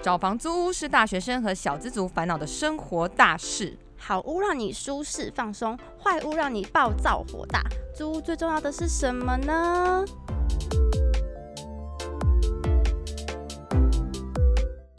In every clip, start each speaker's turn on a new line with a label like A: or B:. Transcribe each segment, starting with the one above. A: 找房租屋是大学生和小资族烦恼的生活大事。
B: 好屋让你舒适放松，坏屋让你暴躁火大。租屋最重要的是什么呢？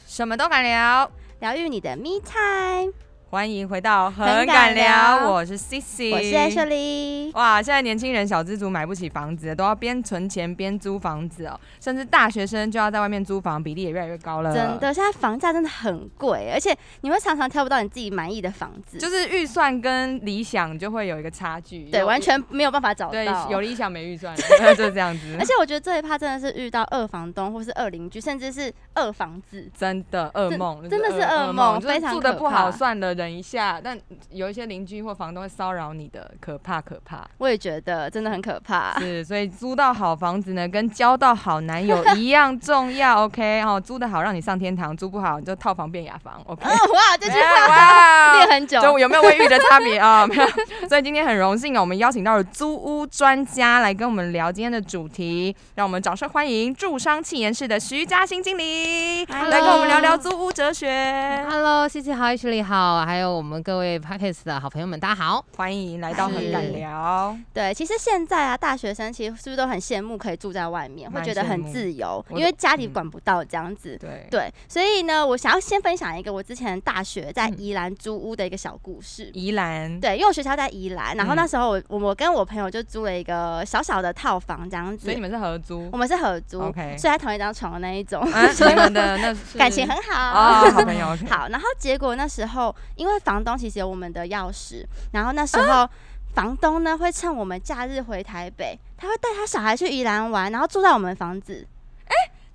A: 什么都敢聊，
B: 疗愈你的 me time。
A: 欢迎回到
B: 很
A: 很敢
B: 敢
A: 聊，
B: 聊
A: 我是 Cici，
B: 我是 Ashley。
A: 哇，现在年轻人小资族买不起房子，都要边存钱边租房子哦，甚至大学生就要在外面租房，比例也越来越高了。
B: 真，的，现在房价真的很贵，而且你会常常挑不到你自己满意的房子，
A: 就是预算跟理想就会有一个差距。
B: 对，
A: 有
B: 完全没有办法找
A: 对
B: 到，。
A: 有理想没预算， 就是这样子
B: 而。且我觉得这一趴真的是遇到二房东或是二邻居，甚至是二房子，
A: 真的噩梦，
B: 真的
A: 就是
B: 噩
A: 噩
B: 梦
A: 就是
B: 非常
A: 住的
B: 可
A: 不好
B: 怕
A: 算了忍一下，但有一些邻居或房东会骚扰你的，可怕可怕。
B: 我也觉得真的很可 怕。
A: 是，所以租到好房子呢，跟交到好男友一样重要。OK，哦，租的好让你上天堂，租不好你就套房变雅房。OK，哎
B: 哦，哇，这句话
A: 哇哦
B: 练很久，
A: 就有没有卫浴的差别啊？ 没有。所以今天很荣幸啊，我们邀请到了租屋专家来跟我们聊今天的主题，让我们掌声欢迎住商气研室的徐嘉欣经理
B: Hello
A: 来跟我们聊聊租屋哲学。
C: Hello，谢谢好，徐丽好，还有我们各位 Podcast 的好朋友们，大家好。
A: 欢迎来到很敢聊，
B: 对，其实现在啊，大学生其实是不是都很羡慕可以住在外面，会
A: 蛮
B: 觉得
A: 羡
B: 很
A: 慕
B: 自由，
A: 我
B: 因为家里
A: 嗯
B: 管不到这样子。
A: 对
B: 对，所以呢，我想要先分享一个我之前大学在
A: 嗯
B: 宜兰租屋的一个小故事。
A: 宜兰，
B: 对，因为我学校在宜兰，然后
A: 嗯
B: 那时候我我跟我朋友就租了一个小小的套房这样
A: 所
B: 子
A: 以你，们是合租
B: 我，们是合租
A: OK
B: 睡在同一张床的那一种，
A: 啊，你们的那是
B: 感情很好。
A: 啊，好朋友，OK，
B: 好，然后结果那时候，因为房东其实有我们的钥匙，然后那时候、
A: 啊
B: 房东呢会趁我们假日回台北，他会带他小孩去宜兰玩，然后住在我们房子。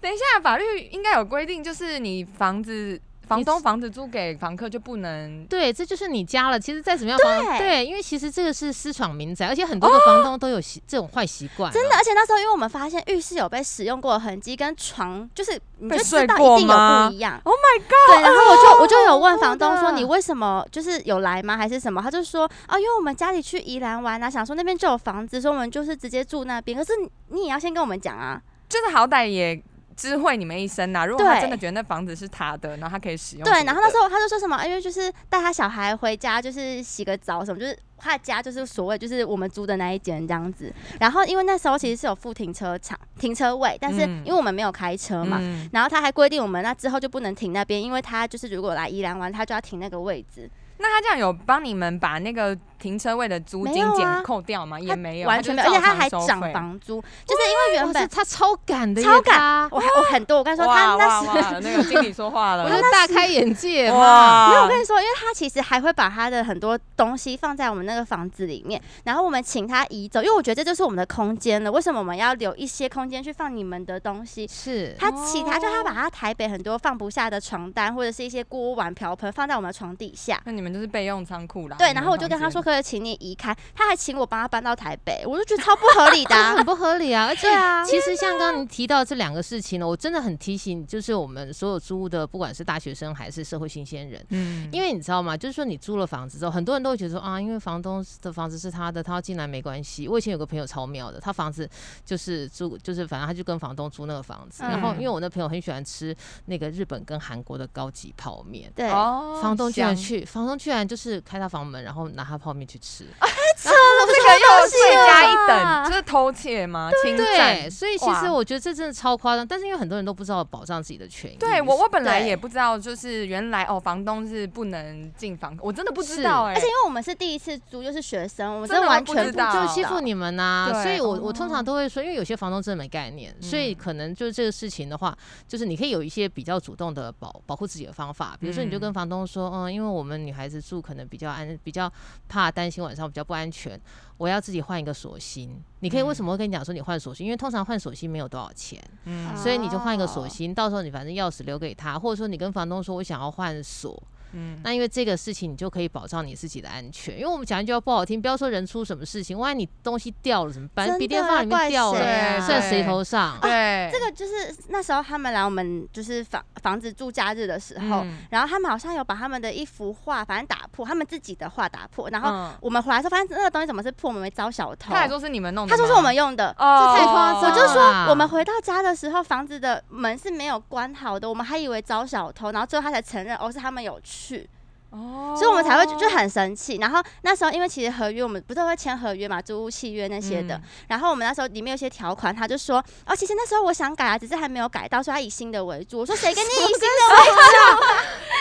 A: 等一下，法律应该有规定，就是你房子房东房子租给房客就不能
C: 对，这就是你家了。其实再怎么样房，
B: 对
C: 对，因为其实这个是私闯民宅，而且很多的房东都有习、这种坏习惯啊。
B: 真的，而且那时候因为我们发现浴室有被使用过的痕迹，跟床就是你就
A: 被
B: 知
A: 睡
B: 道
A: 过
B: 一定有
A: 吗
B: 不一样。
A: Oh my god！哦
B: 对，然后我就我就有问房东
C: 真
B: 说
C: 的
B: 你为什么就是有来吗还是什么？他就说啊，因为我们家里去宜兰玩啊，想说那边就有房子，所以我们就是直接住那边。可是你你也要先跟我们讲啊。
A: 就是好歹也知会你们一声呐。如果他
B: 对
A: 真的觉得那房子是他的，然后他可以使用什么的。
B: 对，然后那时候他就说什么，因为就是带他小孩回家，就是洗个澡什么，就是他的家就是所谓就是我们租的那一间这样子。然后因为那时候其实是有附停车场、停车位，但是
A: 嗯
B: 因为我们没有开车嘛，
A: 嗯
B: 然后他还规定我们那之后就不能停那边，因为他就是如果来宜兰玩，他就要停那个位置，
A: 那他这样有帮你们把那个停车位的租
B: 没
A: 金
B: 有啊
A: 减扣掉吗？也
B: 他
A: 没有，
B: 完全没有，
A: 就
B: 而且
A: 照
B: 他
A: 常
B: 还
A: 收
B: 涨
A: 费。哦
B: 房租，就是因为原
C: 哇塞
B: 本
C: 他超赶的耶，
B: 超赶
C: 他
B: 我还我很多，我跟你说
A: 哇
B: 他那
A: 哇
B: 时
A: 哇！那个经理说话
C: 我
A: 了
C: 就，大开眼界哇！
A: 哇！
B: 没有，我跟你说，因为他其实还会把他的很多东西放在我们那个房子里面，然后我们请他移走，因为我觉得这就是我们的空间了。为什么我们要留一些空间去放你们的东西？
C: 是，
B: 他其他就他
A: 哦
B: 把他台北很多放不下的床单或者是一些锅碗瓢盆放在我们的床底下。
A: 那你们就是备用仓库啦。
B: 对，
A: 你们
B: 然后我就跟他
A: 房
B: 说，
A: 间
B: 可以请你移开，他还请我帮他搬到台北，我就觉得超不合理 的、啊
C: 很。不合理啊！而且
B: 对啊，
C: 其实像刚刚您提到这两个事情呢，我真的很提醒，就是我们所有租屋的，不管是大学生还是社会新鲜人，
A: 嗯
C: 因为你知道吗？就是说你租了房子之后，很多人都会觉得说啊，因为房东的房子是他的，他要进来没关系。我以前有个朋友超妙的，他房子就是租，就是反正他就跟房东租那个房子。然后
A: 嗯
C: 因为我那朋友很喜欢吃那个日本跟韩国的高级泡面。
B: 对，
A: 哦
C: 房东居然
A: 香
C: 去，房东居然就是开他房门，然后拿他泡面去吃。
A: 啊这个又是
B: 啊
A: 加一等，这是偷窃吗？侵占
C: 对，？所以其实
A: 哇
C: 我觉得这真的超夸张，但是因为很多人都不知道保障自己的权益。
A: 对我，我本来
B: 对
A: 也不知道，就是原来哦，房东是不能进房，我真的不知
C: 是
A: 道哎、
B: 而且因为我们是第一次租，又是学生，我们
A: 真的
B: 完
A: 不
B: 全
A: 知
B: 不
A: 道
C: 就欺负你们呐、
A: 啊对
C: 所以我
A: 哦
C: 我通常都会说，因为有些房东真的没概念，所以
A: 嗯
C: 可能就是这个事情的话，就是你可以有一些比较主动的保保护自己的方法，比如说你就跟房东说，嗯，因为我们女孩子住可能比较安，比较怕担心晚上比较不安全，我要自己换一个锁芯。你可以
A: 嗯
C: 为什么会跟你讲说你换锁芯？因为通常换锁芯没有多少钱，
A: 嗯
B: 啊
C: 所以你就换一个锁
B: 哦
C: 芯，到时候你反正钥匙留给他，或者说你跟房东说我想要换锁，
A: 嗯，
B: 哦
C: 那因为这个事情，你就可以保障你自己的安全。因为我们讲一句话不好听，不要说人出什么事情，万一你东西掉了怎么办？
B: 真
C: 笔
B: 的
C: 电放里面
B: 怪
C: 掉
B: 谁
C: 了，
B: 啊
C: 算谁啊头上？
A: 对，
B: 这个就是那时候他们来我们就是房房子住假日的时候，
A: 嗯
B: 然后他们好像有把他们的一幅画，反正打破，他们自己的画打破。然后
A: 嗯
B: 我们回来之后，发现那个东西怎么是破，我们没招小偷。
A: 他还说是你们弄的
B: 他
A: 吗，
B: 说是我们用的，
A: 哦，
C: 这太夸
B: 我
C: 张
B: 就说
C: 啊。
B: 我们回到家的时候，房子的门是没有关好的，我们还以为招小偷，然后最后他才承认哦是他们有去，
A: 哦，
B: 所以我们才会就就很生气。然后那时候因为其实合约我们不是会签合约嘛，租屋契约那些的，
A: 嗯
B: 然后我们那时候里面有一些条款，他就说哦其实那时候我想改啊，只是还没有改到，所以他以新的为主。我说谁跟你以新的为主？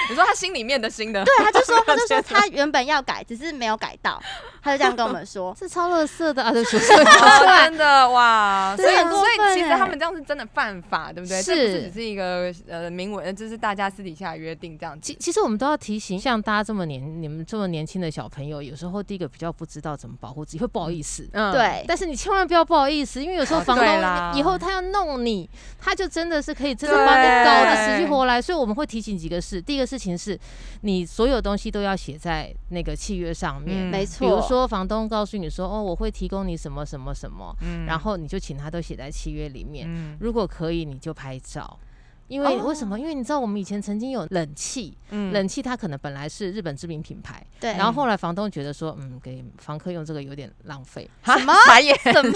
A: 你说他心里面的心 的，
B: 对，他就说他就
A: 天
B: 说他原本要改，只是没有改 到，他就这样跟我们说
C: 这超乐色 的啊！对不起，我
A: 哦真的哇，所
B: 对
A: 以
B: 很过
A: 所
B: 分
A: 以其实
B: 欸
A: 他们这样是真的犯法，对不对？这不是只是一个呃明文，呃就是大家私底下约定这样子。
C: 其其实我们都要提醒，像大家这么年，你们这么年轻的小朋友，有时候第一个比较不知道怎么保护自己，会不好意思。
A: 嗯，
B: 对，
C: 但是你千万不要不好意思，因为有时候
A: 哦
C: 房
A: 对啦
C: 东以后他要弄你，他就真的是可以真的把你搞得死去活来。所以我们会提醒几个事，第一个事情是，你所有东西都要写在那个契约上面。
A: 嗯
B: 没
C: 比如
B: 错，
C: 说，房东告诉你说：“哦，我会提供你什么什么什么。”
A: 嗯
C: 然后你就请他都写在契约里面。
A: 嗯
C: 如果可以，你就拍照，因为
B: 哦
C: 为什么？因为你知道我们以前曾经有冷气，
A: 嗯
C: 冷气它可能本来是日本知名品牌，
B: 对，
C: 然后后来房东觉得说，嗯，给房客用这个有点浪费，
A: 什 么傻眼？
B: 怎么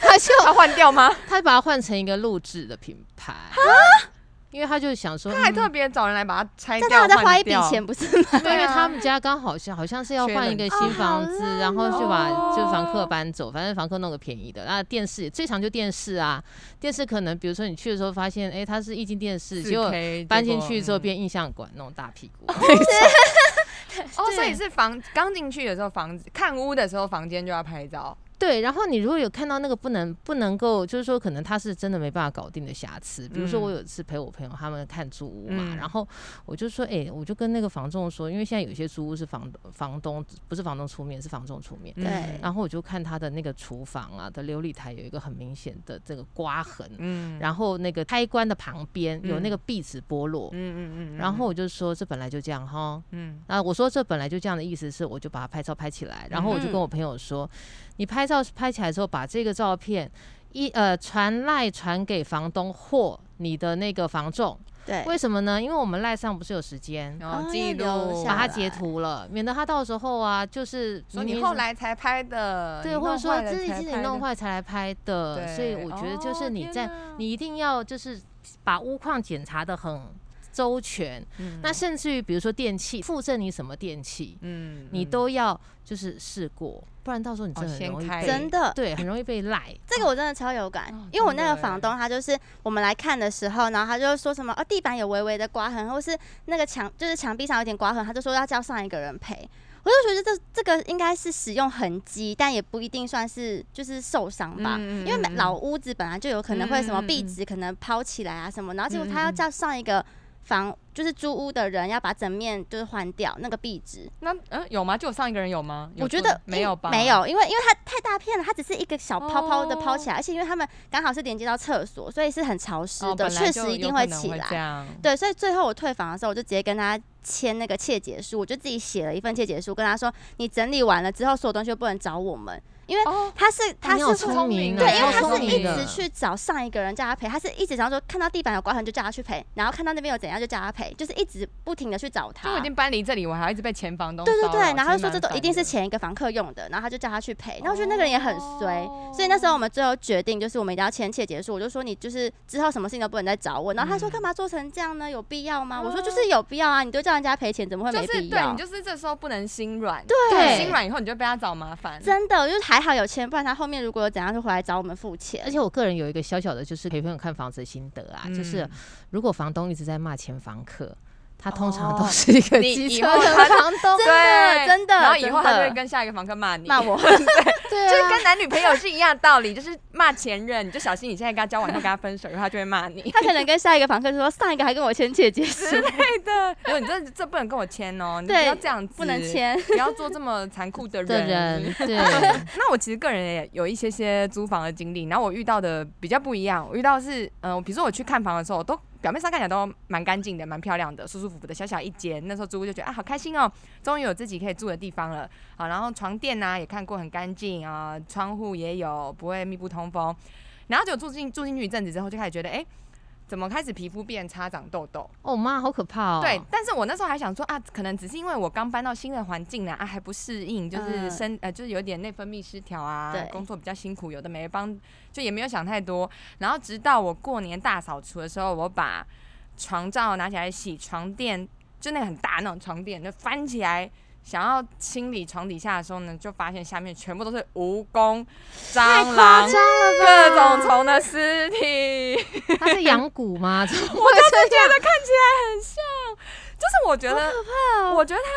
C: 他就
A: 要换掉吗？
C: 他把它换成一个录制的品牌，因为他就想说，
A: 他还
C: 嗯
A: 特别找人来把它拆
B: 但
A: 掉，
B: 他有在花
A: 换
B: 一笔
A: 掉
B: 钱，不是 吗？
C: 因为因为
A: 对啊
C: 他们家刚好像好像是要
A: 缺
C: 换
A: 冷
C: 一个
A: 气
C: 新房子，
B: 哦
C: 然后就把
A: 哦
C: 就房客搬走，反正房客弄个便宜的。那电视最常就电视啊，电视可能比如说你去的时候发现，哎，它是液晶电视，结果
A: 4K
C: 搬进去之
A: 结果
C: 后
A: 嗯
C: 变印象馆那种大屁股。
A: 哦，所
C: 啊
A: 以是房刚进去的时候，房子看屋的时候，房间就要拍照。
C: 对，然后你如果有看到那个不能不能够，就是说可能他是真的没办法搞定的瑕疵，比如说
A: 嗯
C: 我有一次陪我朋友他们看租屋嘛，
A: 嗯
C: 然后我就说，哎、我就跟那个房仲说，因为现在有些租屋是房房东不是房东出面，是房仲出面。
B: 对
A: 嗯
C: 然后我就看他的那个厨房啊的琉璃台有一个很明显的这个刮痕，
A: 嗯
C: 然后那个开关的旁边有
A: 嗯
C: 那个壁纸剥落，
A: 嗯嗯嗯，
C: 然后我就说这本来就这样哈，
A: 嗯
C: 啊，我说这本来就这样的意思是，我就把它拍照拍起来，然后我就跟
B: 嗯
C: 我朋友说，你拍照拍起来之后，把这个照片一呃传赖传给房东或你的那个房仲，
B: 对，
C: 为什么呢？因为我们赖上不是有时间。
A: 然后
B: 哦
A: 记
B: 要留
A: 录
B: 下
C: 把它
B: 来
C: 截图了，免得他到时候啊，就是
A: 说
C: 明
A: 你
C: 明
A: 后
C: 是
A: 来才拍的，
C: 对，
A: 你
C: 或者
A: 弄
C: 说
A: 坏了
C: 这是
A: 才
C: 自己
A: 拍
C: 弄
A: 的，
C: 坏才来拍的，所以
A: 对
C: 我觉得就是
A: 哦
C: 你
A: 天
C: 在
A: 哪
C: 你一定要就是把屋况检查的很周全，
A: 嗯
C: 那甚至于比如说电器附赠你什么电器，
A: 嗯
C: 你
A: 嗯
C: 都要就是试过，不然到时候你
A: 哦
C: 真的很
A: 先
C: 容易
A: 开
C: 被
B: 真的
C: 对，很容易被赖。
B: 这个我真的超有感
A: 哦，
B: 因为我
A: 真
B: 那
A: 的
B: 个房东他就是我们来看的时候，然后他就说什么哦地板有微微的刮痕，或是那个墙就是墙壁上有点刮痕，他就说要叫上一个人赔。我就觉得这这个应该是使用痕迹，但也不一定算是就是受伤吧，
A: 嗯嗯嗯
B: 因为
A: 嗯
B: 老屋子本来就有可能会什
A: 嗯
B: 么
A: 嗯嗯
B: 壁纸可能抛起来啊什么，然后结果
A: 嗯嗯
B: 他要
A: 嗯
B: 叫上一个房就是租屋的人要把整面就是换掉那个壁纸，
A: 那嗯有吗？就有上一个人有吗？有
B: 我觉
A: 做
B: 得
A: 没
B: 应
A: 有吧？
B: 没有，因为因为它太大片了，它只是一个小泡泡的
A: 哦
B: 抛起来，而且因为他们刚好是连接到厕所，所以是很潮湿
A: 哦，
B: 的，
A: 本来
B: 确、
A: 就
B: 实一
A: 有
B: 定
A: 可能
B: 起
A: 会这
B: 来。
A: 样。
B: 对，所以最后我退房的时候，我就直接跟他签那个切结书，我就自己写了一份切结书，跟他说，你整理完了之后，所有东西都不能找我们，因为
A: 哦，
B: 他是、他
C: 你
B: 是
C: 好
B: 会
C: 聪明啊，
B: 对，因为
C: 超
B: 他
C: 聪
B: 是一
C: 明的
B: 直去找上一个人叫他赔，他是一直想说看到地板有刮痕就叫他去赔，然后看到那边有怎样就叫他赔，就是一直不停的去找他。
A: 就我已经搬离这里，我还要一直被前房东
B: 对对
A: 骚扰
B: 对，然后
A: 其实
B: 说
A: 蛮
B: 这都
A: 烦
B: 一定是
A: 的
B: 前一个房客用的，然后他就叫他去赔，然后我觉得那个人也很衰，
A: 哦
B: 所以那时候我们最后决定就是我们一定要签切结束，我就说你就是之后什么事情都不能再找我，然后他说
A: 嗯
B: 干嘛做成这样呢？有必要吗？我说就
A: 啊
B: 是有必要啊，你都叫人家赔钱，怎么会没
A: 就是
B: 必
A: 对
B: 要
A: 你？就是这时候不能心软，
C: 对
A: 心软以后你就被他找麻烦。
B: 真的，就是还好有签，不然他后面如果有怎样就回来找我们付钱
C: 而。且我个人有一个小小的，就是陪朋友看房子的心得
A: 嗯
C: 啊，就是如果房东一直在骂前房客，他通常都
A: 哦
C: 是一个
A: 你
C: 机
A: 以
C: 车
A: 后
C: 的
A: 他
C: 房东，
B: 真的真的
A: 然后以后他
B: 真
A: 就
B: 的
A: 会跟下一个房客骂你，
B: 骂我，
C: 对
A: 就是
C: 啊。
A: 跟男女朋友是一样的道理，就是骂前任，你就小心你现在跟他交往，以后跟他分手，然后他就会骂你。
B: 他可能跟下一个房客说，上一个还跟我签切结束，
A: 对的，如果你这这不能跟我签哦，你不
B: 对
A: 要这样子，
B: 不能，签。
A: 不要做这么残酷的
C: 的人， 对，
A: 那我其实个人也有一些呃些租房的经历，然后我遇到的比较不一样。我遇到的是，嗯、比如说我去看房的时候，我都表面上看起来都蛮干净的、蛮漂亮的、舒舒服服的小小一间。那时候租屋就觉得啊，好开心哦，终于有自己可以住的地方了。好，然后床垫呐、也看过很干净啊，窗户也有，不会密不通风。然后就住进住进去一阵子之后，就开始觉得哎。怎么开始皮肤变差、长痘痘？
C: 哦妈，好可怕哦！
A: 对，但是我那时候还想说啊，可能只是因为我刚搬到新的环境啦，啊还不适应，就是
B: 嗯
A: 身、呃就是有点内分泌失调啊
B: 对，
A: 工作比较辛苦，有的没帮，就也没有想太多。然后直到我过年大扫除的时候，我把床罩拿起来洗，床垫就那个很大那种床垫就翻起来。想要清理床底下的时候呢，就发现下面全部都是蜈蚣、蟑螂、各种虫的尸体。
C: 它是羊骨 吗？怎么会
A: 真
C: 这
A: 觉
C: 样？
A: 得看起来很像，就是我觉得，
B: 哦
A: 我觉得他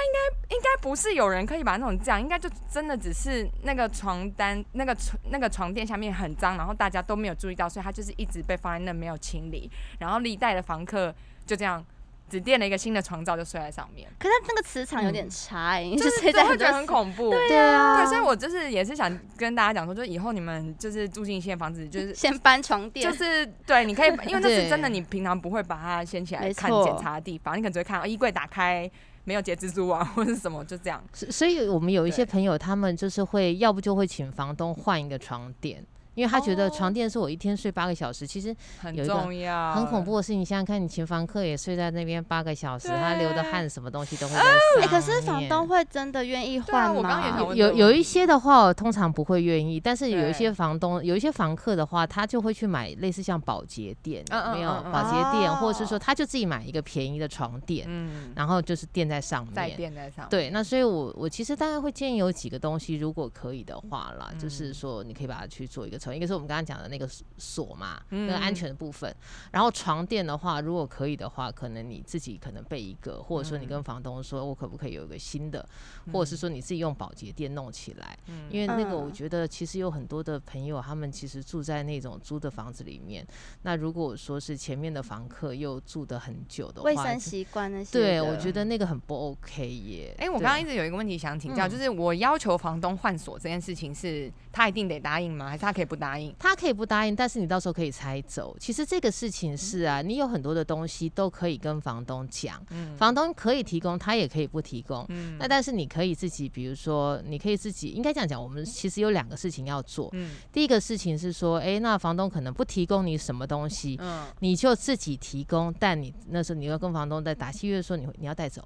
A: 应该应该不是有人可以把那种这样，应该就真的只是那个床单、那个床、那个床垫下面很脏，然后大家都没有注意到，所以他就是一直被放在那没有清理，然后历代的房客就这样。只垫了一个新的床罩就睡在上面，
B: 可是那个磁场有点差哎、你
A: 嗯就
B: 就是吹在
A: 就会
B: 很
A: 觉
B: 多
A: 得很恐怖。
C: 对啊，
A: 对，所以我就是也是想跟大家讲说，就以后你们就是住进一些房子，就是
B: 先搬床垫，
A: 就是对，你 可以，因为那是
C: 对
A: 真的，你平常不会把它掀起来
B: 没
A: 看
B: 错
A: 检查的地方，你可能只会看、哦、衣柜打开没有结蜘蛛网或者什么，就这样。
C: 所所以我们有一些
A: 对
C: 朋友，他们就是会要不就会请房东换一个床垫。因为他觉得
A: 哦
C: 床垫是我一天睡八个小时，其实
A: 很
C: 有一个
A: 重要，
C: 很恐。怖的是，你想想看，你前房客也睡在那边八个小时，
A: 对
C: 他流的汗什么东西都会在上
B: 哎、
C: 面。
B: 可是房东会真的愿意
A: 啊对啊
B: 换
A: 我刚刚也想
B: 吗？
A: 问
C: 有
A: 这个
C: 有
A: 问
C: 一
A: 题
C: 些的话，我通常不会愿意，但是有一
A: 对
C: 些房东、有一些房客的话，他就会去买类似像保洁垫，
A: 嗯嗯
C: 有没有
A: 嗯嗯
C: 保洁垫，
B: 哦
C: 或者是说他就自己买一个便宜的床垫，
A: 嗯，
C: 然后就是垫在上
A: 再
C: 面。
A: 垫在上。
C: 对，那所以我我其实大概会建议有几个东西，如果可以的话啦，就是
A: 嗯
C: 说你可以把它去做一个抽，一个是我们刚刚讲的那个锁锁嘛，
A: 嗯
C: 那个安全的部分。然后床垫的话，如果可以的话，可能你自己可能备一个，或者说你
A: 嗯
C: 跟房东说，我可不可以有一个新的，或者是说你自己用保洁垫弄起来。
A: 嗯，
C: 因为那个，我
B: 嗯
C: 觉得其实有很多的朋友，他们其实住在那种租的房子里面。那如果说是前面的房客又住得很久的话，
B: 卫生习惯那些的，
C: 对我觉得那个很不 OK 耶。
A: 哎、我
C: 对
A: 刚刚一直有一个问题想请教，
C: 嗯
A: 就是我要求房东换锁这件事情是，他一定得答应吗？还是他可以不答应？
C: 他可以不答应，但是你到时候可以拆走。其实这个事情是啊，你有很多的东西都可以跟房东讲，
A: 嗯
C: 房东可以提供，他也可以不提供。
A: 嗯
C: 那但是你可以自己，比如说，你可以自己应该这样讲，我们其实有两个事情要做。
A: 嗯
C: 第一个事情是说，诶，那房东可能不提供你什么东西，
A: 嗯，
C: 你就自己提供，但你那时候你要跟房东在打契约说你会你要带走，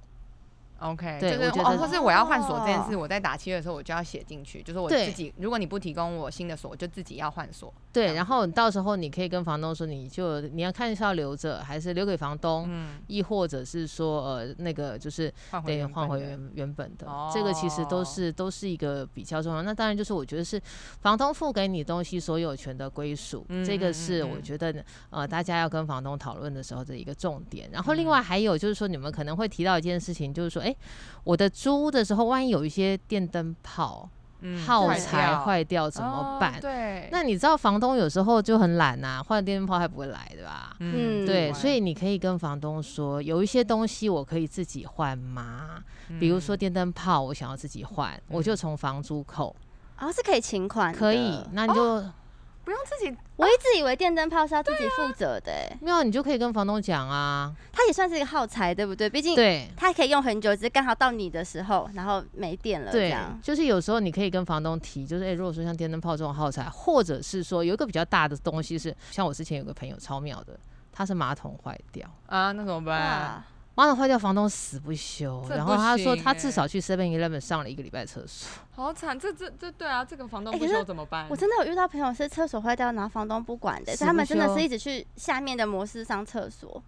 A: OK，
C: 对
A: 就是
C: 我觉
A: 哦，
C: 得哦
A: 或是我要换锁这件事，我在打七的时候我就要写进去，就是我
C: 对
A: 自己，如果你不提供我新的锁，我就自己要换锁。
C: 对，然后你到时候你可以跟房东说，你就你要看是要留着还是留给房东，
A: 嗯，
C: 亦或者是说呃那个就是
A: 换回
C: 对
A: 原本
C: 换回
A: 的
C: 原原本的，这个其实都
A: 哦
C: 是都是一个比较重要。那当然就是我觉得是房东付给你东西所有权的归属，
A: 嗯
C: 这个
A: 嗯
C: 是
A: 嗯
C: 我
A: 嗯
C: 觉得呃大家要跟房东讨论的时候的一个重点。然后另
A: 嗯
C: 外还有就是说你们可能会提到一件事情，就是说诶，我的租屋的时候，万一有一些电灯泡
A: 嗯
C: 耗
B: 坏
C: 材
A: 掉
C: 坏掉怎么办？
A: 哦对，
C: 那你知道房东有时候就很懒呐、换电灯泡还不会来的吧？
B: 嗯
C: 对，
B: 嗯
C: 所以你可以跟房东说，有一些东西我可以自己换吗？比
A: 嗯
C: 如说电灯泡，我想要自己换，我就从房租扣，
B: 哦是可以请
A: 啊
B: 款的，
C: 可以，那
A: 哦
C: 你就、
A: 不用自己
B: 我一直以为电灯泡是要自己
A: 啊
B: 负责的、欸，
C: 没有，你就可以跟房东讲啊，
B: 它也算是一个耗材，对不对？毕竟
C: 对。
B: 它可以用很久，只是刚好到你的时候，然后没电
A: 呃
B: 了这
C: 对
B: 样，。
C: 就是有时候你可以跟房东提，就是哎、诶如果说像电灯泡这种耗材，或者是说有一个比较大的东西是，像我之前有个朋友超妙的，他是马桶坏掉，
A: 啊，那怎么办？
B: 哇，
C: 马桶坏掉，房东死不休，
A: 这
C: 然
A: 不
C: 后他说
A: 行
C: 他
A: 欸
C: 至少去 Seven Eleven 上了一个礼拜厕所，
A: 好惨，这这这对啊，这个房东
B: 哎
A: 不
B: 可是
A: 修怎么办？
B: 我真的有遇到朋友是厕所坏掉，然后房东不管的，
C: 死
B: 所以他们
C: 不
B: 真的
C: 休
B: 是一直去下面的模式上厕所。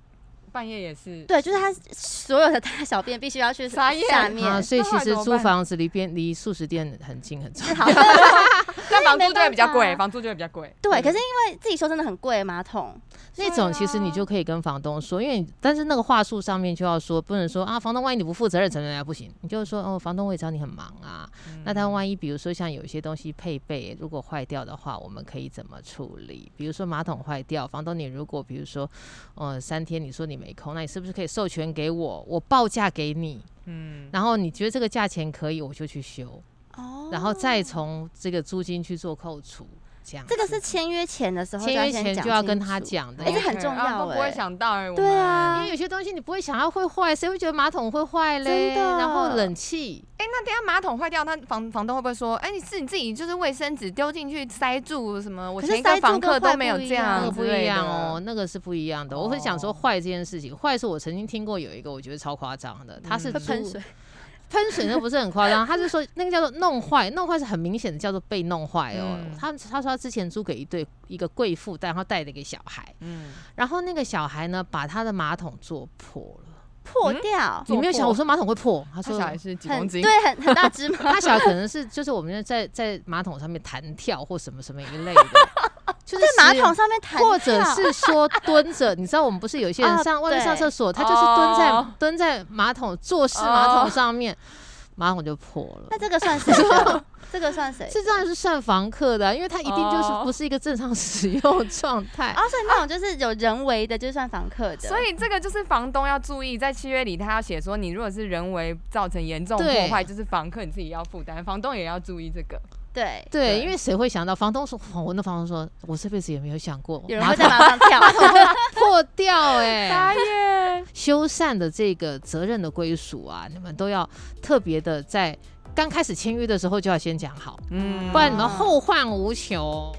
A: 半夜也是，
B: 对，就是他所有的大小便必须要去
A: 傻眼
B: 下面
C: 啊，，所以
A: 那
C: 其
A: 后来
C: 实
A: 怎么
C: 租
A: 办
C: 房子离边离素食店很近很重要。
A: 但啊房租就会比较
B: 没办
A: 贵，
B: 法
A: 房租就会比较贵。
B: 对，可是因为自己修真的很贵，马桶
C: 那种其实
B: 啊
C: 你就可以跟房东说，因为你但是那个话术上面就要说，不能说啊，房东万一你不负责任怎么样不行，你就说哦，房东我也知道你很忙啊，
A: 嗯
C: 那
B: 嗯
C: 他万一比如说像有一些东西配备如果坏掉的话，我们可以怎么处理？比如说马桶坏掉，房东你如果比如说呃三天你说你没空，那你是不是可以授权给我，我报价给你，
A: 嗯，
C: 然后你觉得这个价钱可以，我就去修，
B: 哦
C: 然后再从这个租金去做扣除。这样子。
B: 这个是签约前的时候，
C: 签约前就要跟他
B: 讲清楚。
C: 讲的
B: 哎，这
C: 因
B: 很重要
A: 啊都不
B: 哎
A: 会想到哎，我
B: 对
A: 们
B: 啊
C: 为，有些东西你不会想要会坏，谁会觉得马桶会坏
B: 真
C: 嘞？
B: 的
C: 然后冷气，
A: 哎、那等一下马桶坏掉，他房房东会不会说，哎、你是你自己就是卫生纸丢进去塞住什么？我
B: 可
A: 前
B: 是
A: 一个
B: 塞住
A: 房
B: 跟
A: 客
B: 坏
A: 都
B: 不
A: 没有
B: 一
A: 这
B: 样
A: 样
C: 那
A: 之
C: 个不一
A: 类的
C: 样哦，。那个是不一样的。我会想说
A: 哦
C: 坏这件事情，坏是我曾经听过有一个我觉得超夸张的，他是
A: 嗯
B: 会
A: 会
B: 喷
C: 租
B: 水，
C: 喷水那不是很夸张，他是说那个叫做弄坏，弄坏是很明显的叫做被弄坏哦。
A: 嗯
C: 他他说他之前租给一对一个贵妇，但他带了一个小孩，
A: 嗯，
C: 然后那个小孩呢把他的马桶坐破了。
B: 破掉，
A: 做
C: 你没有
A: 破
C: 想我说马桶会破，他
A: 他
C: 说
A: 小孩嗯是几公
B: 很
A: 斤？
B: 对，很很大只吗？
C: 他小孩可能是就是我们在在马桶上面弹跳或什么什么一 类的，就是
B: 在马
C: 使
B: 桶上面弹跳，
C: 或者是说蹲着，你知道我们不是有些
B: 啊
C: 人上外面上
B: 对
C: 厕所，他就是蹲在、
A: 哦
C: 蹲在马桶坐式马桶
A: 哦
C: 上面，马桶就破了。
B: 那这个算谁 的？这个算谁？
C: 这当然是算房客的啊、因为他一定就是
A: 哦
C: 不是一个正常使用状态。
B: 啊，所以那种就是有人为的，就算房客的。
A: 所以这个就是房东要注意，在契约里他要写说，你如果是人为造成严重
C: 对
A: 破坏，就是房客你自己要负担，房东也要注意这个。
B: 对，
C: 对，
A: 对
C: 因为谁会想到房东说，哦我那房东说，我这辈子也没有想过
B: 有人
C: 马
B: 会
C: 桶
B: 在马上跳，
C: 破 掉哎、
A: 大爷，
C: 修缮的这个责任的归属啊，你们都要特别的在刚开始签约的时候就要先讲好，
A: 嗯
C: 不然你们后患无穷。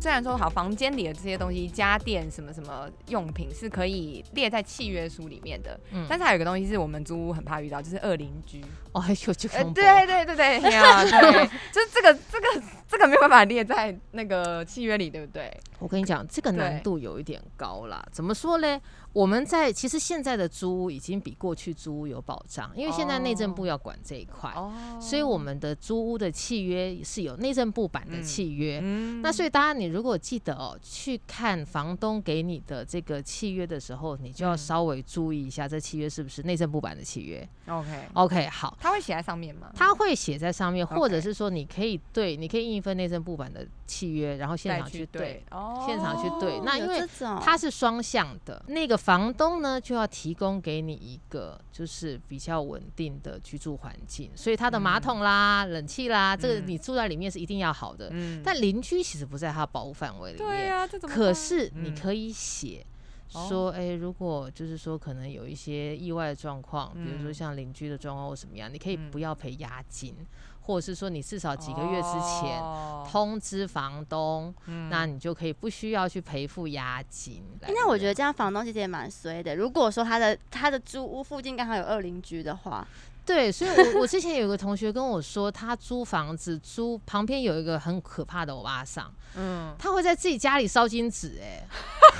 A: 虽然说好，房间里的这些东西，家电什么什么用品是可以列在契约书里面的，
C: 嗯，
A: 但是还有一个东西是我们租屋很怕遇到，就是恶邻居。
C: 哦，还有就
A: 呃，
C: 恐怖
A: 对对对 对，对啊，对，就是这个这个这个没有办法列在那个契约里，对不对？
C: 我跟你讲，这个难
A: 对
C: 度有一点高啦。怎么说嘞？我们在其实现在的租屋已经比过去租屋有保障，因为现在内政部要管这一块，
A: 哦
C: 所以我们的租屋的契约是有内政部版的契约。
A: 嗯
C: 那所以，大家你如果记得哦，去看房东给你的这个契约的时候，你就要
A: 嗯
C: 稍微注意一下，这契约是不是内政部版的契约
A: OK，
C: ？OK，好，
A: 他会写在上面吗？
C: 他会写在上面，
A: 嗯 OK
C: 或者是说你可以对，你可以印一份内政部版的契约，然后现
A: 再
C: 场去对
A: 对，哦
C: 现场去对 那因为
B: 有这种
C: 它是双向的，那个房东呢就要提供给你一个就是比较稳定的居住环境，所以它的马
A: 嗯
C: 桶啦、冷气啦，这个
A: 嗯
C: 你住在里面是一定要好的。
A: 嗯
C: 但邻居其实不在他保护范围里
A: 对
C: 面，
A: 啊，这怎么办？
C: 可是你
A: 嗯
C: 可以写。
A: 哦
C: 说，哎、如果就是说可能有一些意外的状况，比如说
A: 嗯
C: 像邻居的状况或什么样，你可以
A: 嗯
C: 不要赔押金，或者是说你至少几个月之前
A: 哦
C: 通知房东，
A: 嗯
C: 那你就可以不需要去赔付押金。
B: 欸那我觉得这样房东其实也蛮衰的。如果说他的他的租屋附近刚好有二邻居的 话，
C: 对，所以我我之前有个同学跟我说，他租房子租旁边有一个很可怕的欧巴桑，
A: 嗯，
C: 他会在自己家里烧金纸、哎，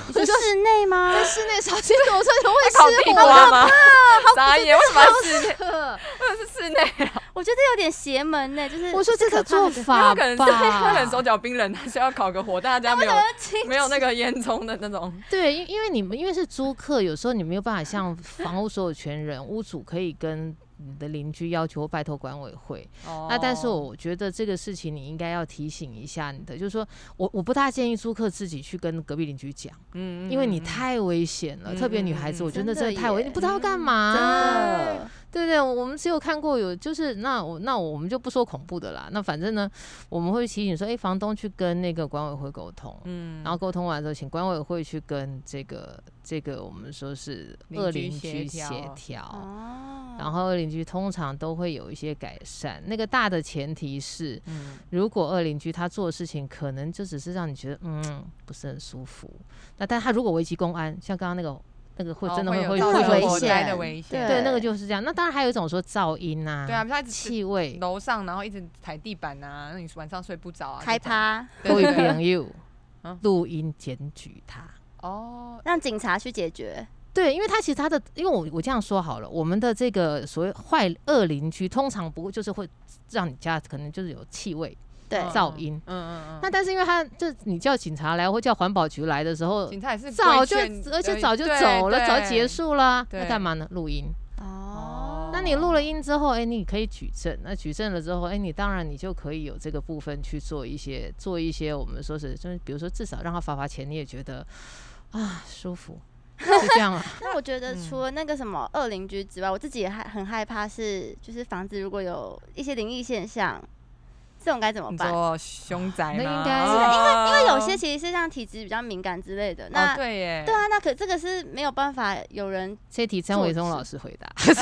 B: 你说室内吗？
C: 在室内烧金纸，我说你
A: 会烤地
C: 会失火
A: 瓜吗？傻眼，为什么要室内？
C: 吗？
A: 为什么是 室内？
B: 我觉得有点邪门呢、欸就是
C: 我说这
B: 可
C: 个
B: 怕
C: 做
B: 的
C: 法
A: 他可能是 他可能手
C: 吧，
A: 脚冰冷，他需要烤个火，大家没有没有那个烟囱的那种。
C: 对，因因为你们因为是租客，有时候你没有办法像房屋所有权人、屋主可以跟你的邻居要求或拜托管委会。 那但
A: 哦
B: 哦
C: 是我觉得这个事情你应该要提醒一下你的，就是说我我不大建议租客自己去跟隔壁邻居讲。
A: 嗯，嗯
C: 因为你
A: 嗯
C: 太危险了，特别女孩子，
A: 嗯
C: 我觉得那
B: 真的
C: 真的太危，
B: 耶嗯
C: 你不知道干嘛、
B: 真
A: 啊
B: 的，
C: 对对，我们只有看过有，就是那我那我们就不说恐怖的啦。那反正呢，我们会提醒说，哎，房东去跟那个管委会沟通，
A: 嗯
C: 然后沟通完之后，请管委会去跟这个这个我们说是
A: 邻
C: 恶
A: 居
C: 邻
A: 协
C: 居
A: 调
C: 协调。
B: 哦，
C: 然后恶邻居通常都会有一些改善，那个大的前提是，
A: 嗯
C: 如果恶邻居他做的事情可能就只是让你觉得嗯不是很舒服，那但他如果危及公安，像刚刚那个那个会真的
A: 哦
C: 会、会
A: 有
B: 会
A: 造
C: 会
A: 成
B: 危
C: 有
A: 火
B: 险
A: 灾的危险，
C: 对那个
B: 对
C: 就是这样。那当然还有一种说噪音啊，
A: 对啊，他一直
C: 气 味
A: 楼上，然后一直踩地板啊，那你晚上睡不着啊，
B: 开
A: 这种
B: 趴
A: 对
C: 会
A: 对对
C: 朋友
A: 啊
C: 录音检举他。
A: 哦，
B: 让警察去解决，
C: 对，因为他其实他的，因为我我这样说好了，我们的这个所谓坏恶邻居，通常不就是会让你家可能就是有气味、
B: 对，
A: 嗯
C: 噪音。
A: 嗯嗯嗯，
C: 那但是因为他就你叫警察来或叫环保局来的时候，
A: 警察也是
C: 早
A: 规
C: 就
A: 劝呃
C: 而且早就
A: 对
C: 走了，
A: 对
C: 早结束了，那
A: 对
C: 干嘛呢？录音。
B: 哦，
C: 那你录了音之后，哎、你可以举证。那举证了之后，哎、你当然你就可以有这个部分去做一些做一些我们说是就是比如说至少让他罚罚钱，你也觉得啊舒服。就这样啊。
B: 那我觉得除了那个什么恶邻居之外，我自己也害很害怕是，就是房子如果有一些灵异现象，这种该怎么
A: 你
B: 办？
A: 说凶宅吗？哦
C: 那应该是
A: 因为因为
B: 有些其实是像体质比较敏感之类的，那、
A: 哦对耶，
B: 对啊，那可这个是没有办法有人
C: 这题张伟忠老师回答，
A: 就是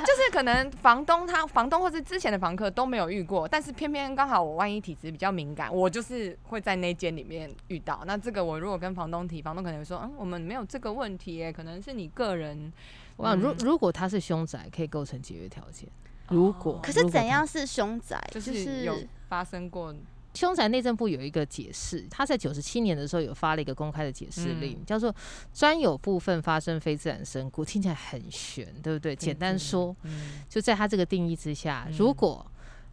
A: 就是可能房东他房东或是之前的房客都没有遇过，但是偏偏刚好我万一体质比较敏感，我就是会在那间里面遇到。那这个我如果跟房东提，房东可能会说，嗯，我们没有这个问题耶，可能是你个人。
C: 我想如
A: 嗯
C: 如果他是凶宅，可以构成解约条件。如果
B: 哦可是怎样是凶宅？
A: 就
B: 就是
A: 是有发生过，
C: 凶宅内政部有一个解释，他在九十七年的时候有发了一个公开的解释令，
A: 嗯
C: 叫做“专有部分发生非自然身故”，听起来很悬，对不对？简单说，
A: 嗯，
C: 就在他这个定义之下，
A: 嗯
C: 如果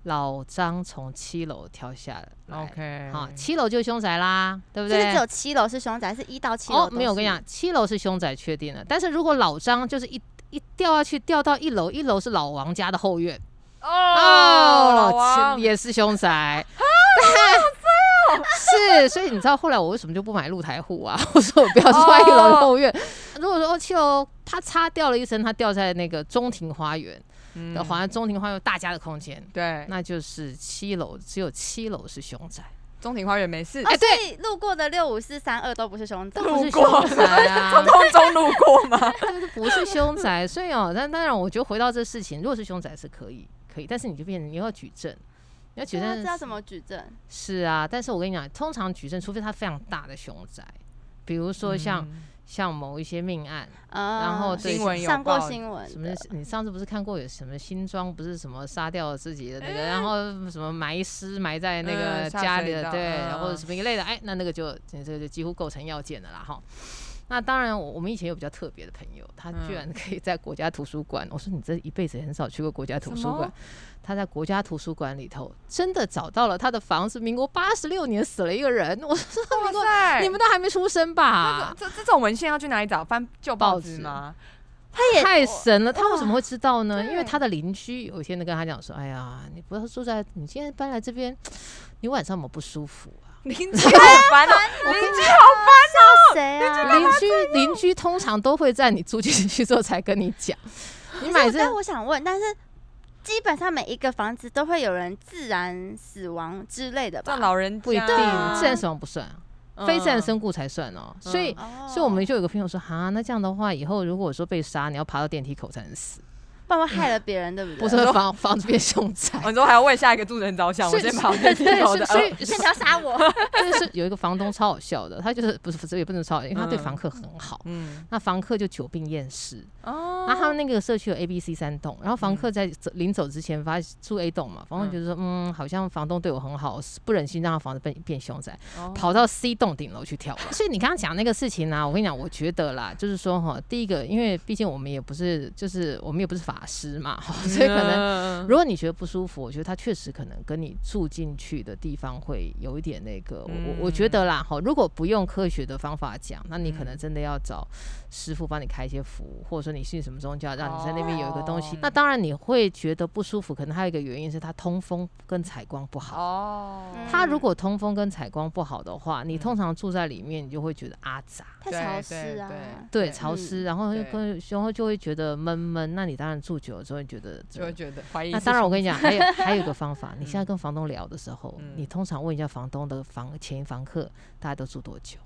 C: 老张从七楼跳下来
A: OK，
C: 好，七楼就是凶宅啦，对不
B: 就
C: 对？
B: 是只有七楼是凶宅，是一到七楼
C: 哦，
B: 都
C: 没有，我跟你
B: 是
C: 讲，七楼是凶宅确定了，但是如果老张就是一一掉下去，掉到一楼，一楼是老王家的后院，
A: 哦，老王啊
C: 其也是凶宅。
A: 哦
C: 是，所以你知道后来我为什么就不买露台户啊？ 我说我不要住在一楼
A: 哦
C: 的后院。如果说哦，七楼他擦掉了一层，他掉在那个中庭花园的花，中庭花园有大家的空间，
A: 嗯对，
C: 那就是七楼，只有七楼是凶 宅，
A: 中庭花园没事
B: 哦，
C: 哎对
B: 所以路过的六五四三二都不是凶宅
C: 这，不是
A: 路过
C: 凶宅啊
A: 从，空中路过 吗？
C: 这不是凶宅。所以哦，但当然，我觉得回到这事情，如果是凶宅是可以，可以，但是你就变成你要举证，你要举
B: 对啊
C: 证
B: 知道怎么举证？
C: 是啊，但是我跟你讲，通常举证，除非他非常大的凶宅，比如说
A: 嗯
C: 像、像某一些命案，
B: 然
C: 嗯后对
A: 新闻有
B: 呃上过
A: 报
B: 新闻
C: 什么
B: 的
C: 你上次不是看过有什么新庄不是什么杀掉了自己的那个，然后什么埋尸埋在那个
A: 嗯下
C: 家
A: 水
C: 里的，
A: 道
C: 对，
A: 嗯
C: 或者什么一类的，哎，那那个就这这就几乎构成要件的啦哈。那当然我，我们以前有比较特别的朋友，他居
A: 嗯
C: 然可以在国家图书馆。我说你这一辈子很少去过国家图
A: 什
C: 书馆
A: 么，
C: 他在国家图书馆里头真的找到了他的房子，民国八十六年死了一个人。我说
A: 哇
C: 民国
A: 塞，啊
C: 你们都还没出生吧？
A: 这这种文献要去哪里找？翻旧报
C: 报
A: 纸
C: 纸
A: 吗？
B: 他也
C: 太神了！他为什么会知道呢？
A: 对
C: 因为他的邻居有一天就跟他讲说：“哎呀，你不要住在，你今天搬来这边，你晚上有没有不舒服啊
A: 邻居好烦哦， 邻居好
B: 谁啊？？”
C: 邻居邻居通常都会在你住进去之后才跟你讲。你
B: 可
C: 买
B: 是
C: 这
B: 但我想问，但是基本上每一个房子都会有人自然死亡之类的
A: 这
B: 吧？
A: 老人
C: 不一定，
A: 家
C: 自然死亡不算啊，
A: 嗯
C: 非自然身故才算哦。所以，
B: 哦
C: 所以我们就有个朋友说：“哈，那这样的话，以后如果说被杀，你要爬到电梯口才 能死，
B: 不然会害了别人，对不对？
C: 不是会房房子变凶宅。”
A: 哦，你说还要为下一个住人着想，我
C: 是
A: 先跑电梯口的。哦
C: 对，所以所以
B: 现在要杀 我，
C: 就是有一个房东超好笑的，他就是不是不是也不能超好笑，因为他对
A: 嗯
C: 房客很好。
A: 嗯，
C: 那房客就久病厌世，
A: 哦嗯
C: 那他们那个社区有 A、B、C 三栋，然后房客在走临走之前发住 A 栋嘛，房东觉得说，嗯，好像房东对我很好，不忍心让他房子变变凶宅，
A: 哦
C: 跑到 C 栋顶楼去跳楼。所以你刚刚讲那个事情呢、我跟你讲，我觉得啦，就是说哈，第一个，因为毕竟我们也不是，就是我们也不是法师嘛， 哈，所以可能
A: 能
C: 如果你觉得不舒服，我觉得它确实可能跟你住进去的地方会有一点那个，我我我觉得啦，哈，如果不用科学的方法讲，那你可能
A: 嗯
C: 真的要找师傅帮你开一些服务，或者说你信什么宗教，让你在那边有一个东西。
A: 哦
C: 那当然你会觉得不舒服，可能还有一个原因是它通风跟采光不好。
A: 哦，
C: 它如果通风跟采光不好的话，你
A: 嗯
C: 通常住在里面，你就会觉得阿杂。
B: 太
A: 对
B: 潮
A: 对
B: 湿啊！
C: 对，
A: 对
C: 潮湿，
B: 嗯
C: 然后又
A: 对
C: 跟然后就会觉得闷闷。那你当然住久了之后，你觉得这
A: 就会觉得怀疑。
C: 那当然，我跟 你讲，还有还有一个方法，你现在
A: 嗯
C: 跟房东聊的时候，
A: 嗯
C: 你通常问一下房东的房前房客，大家都住多久？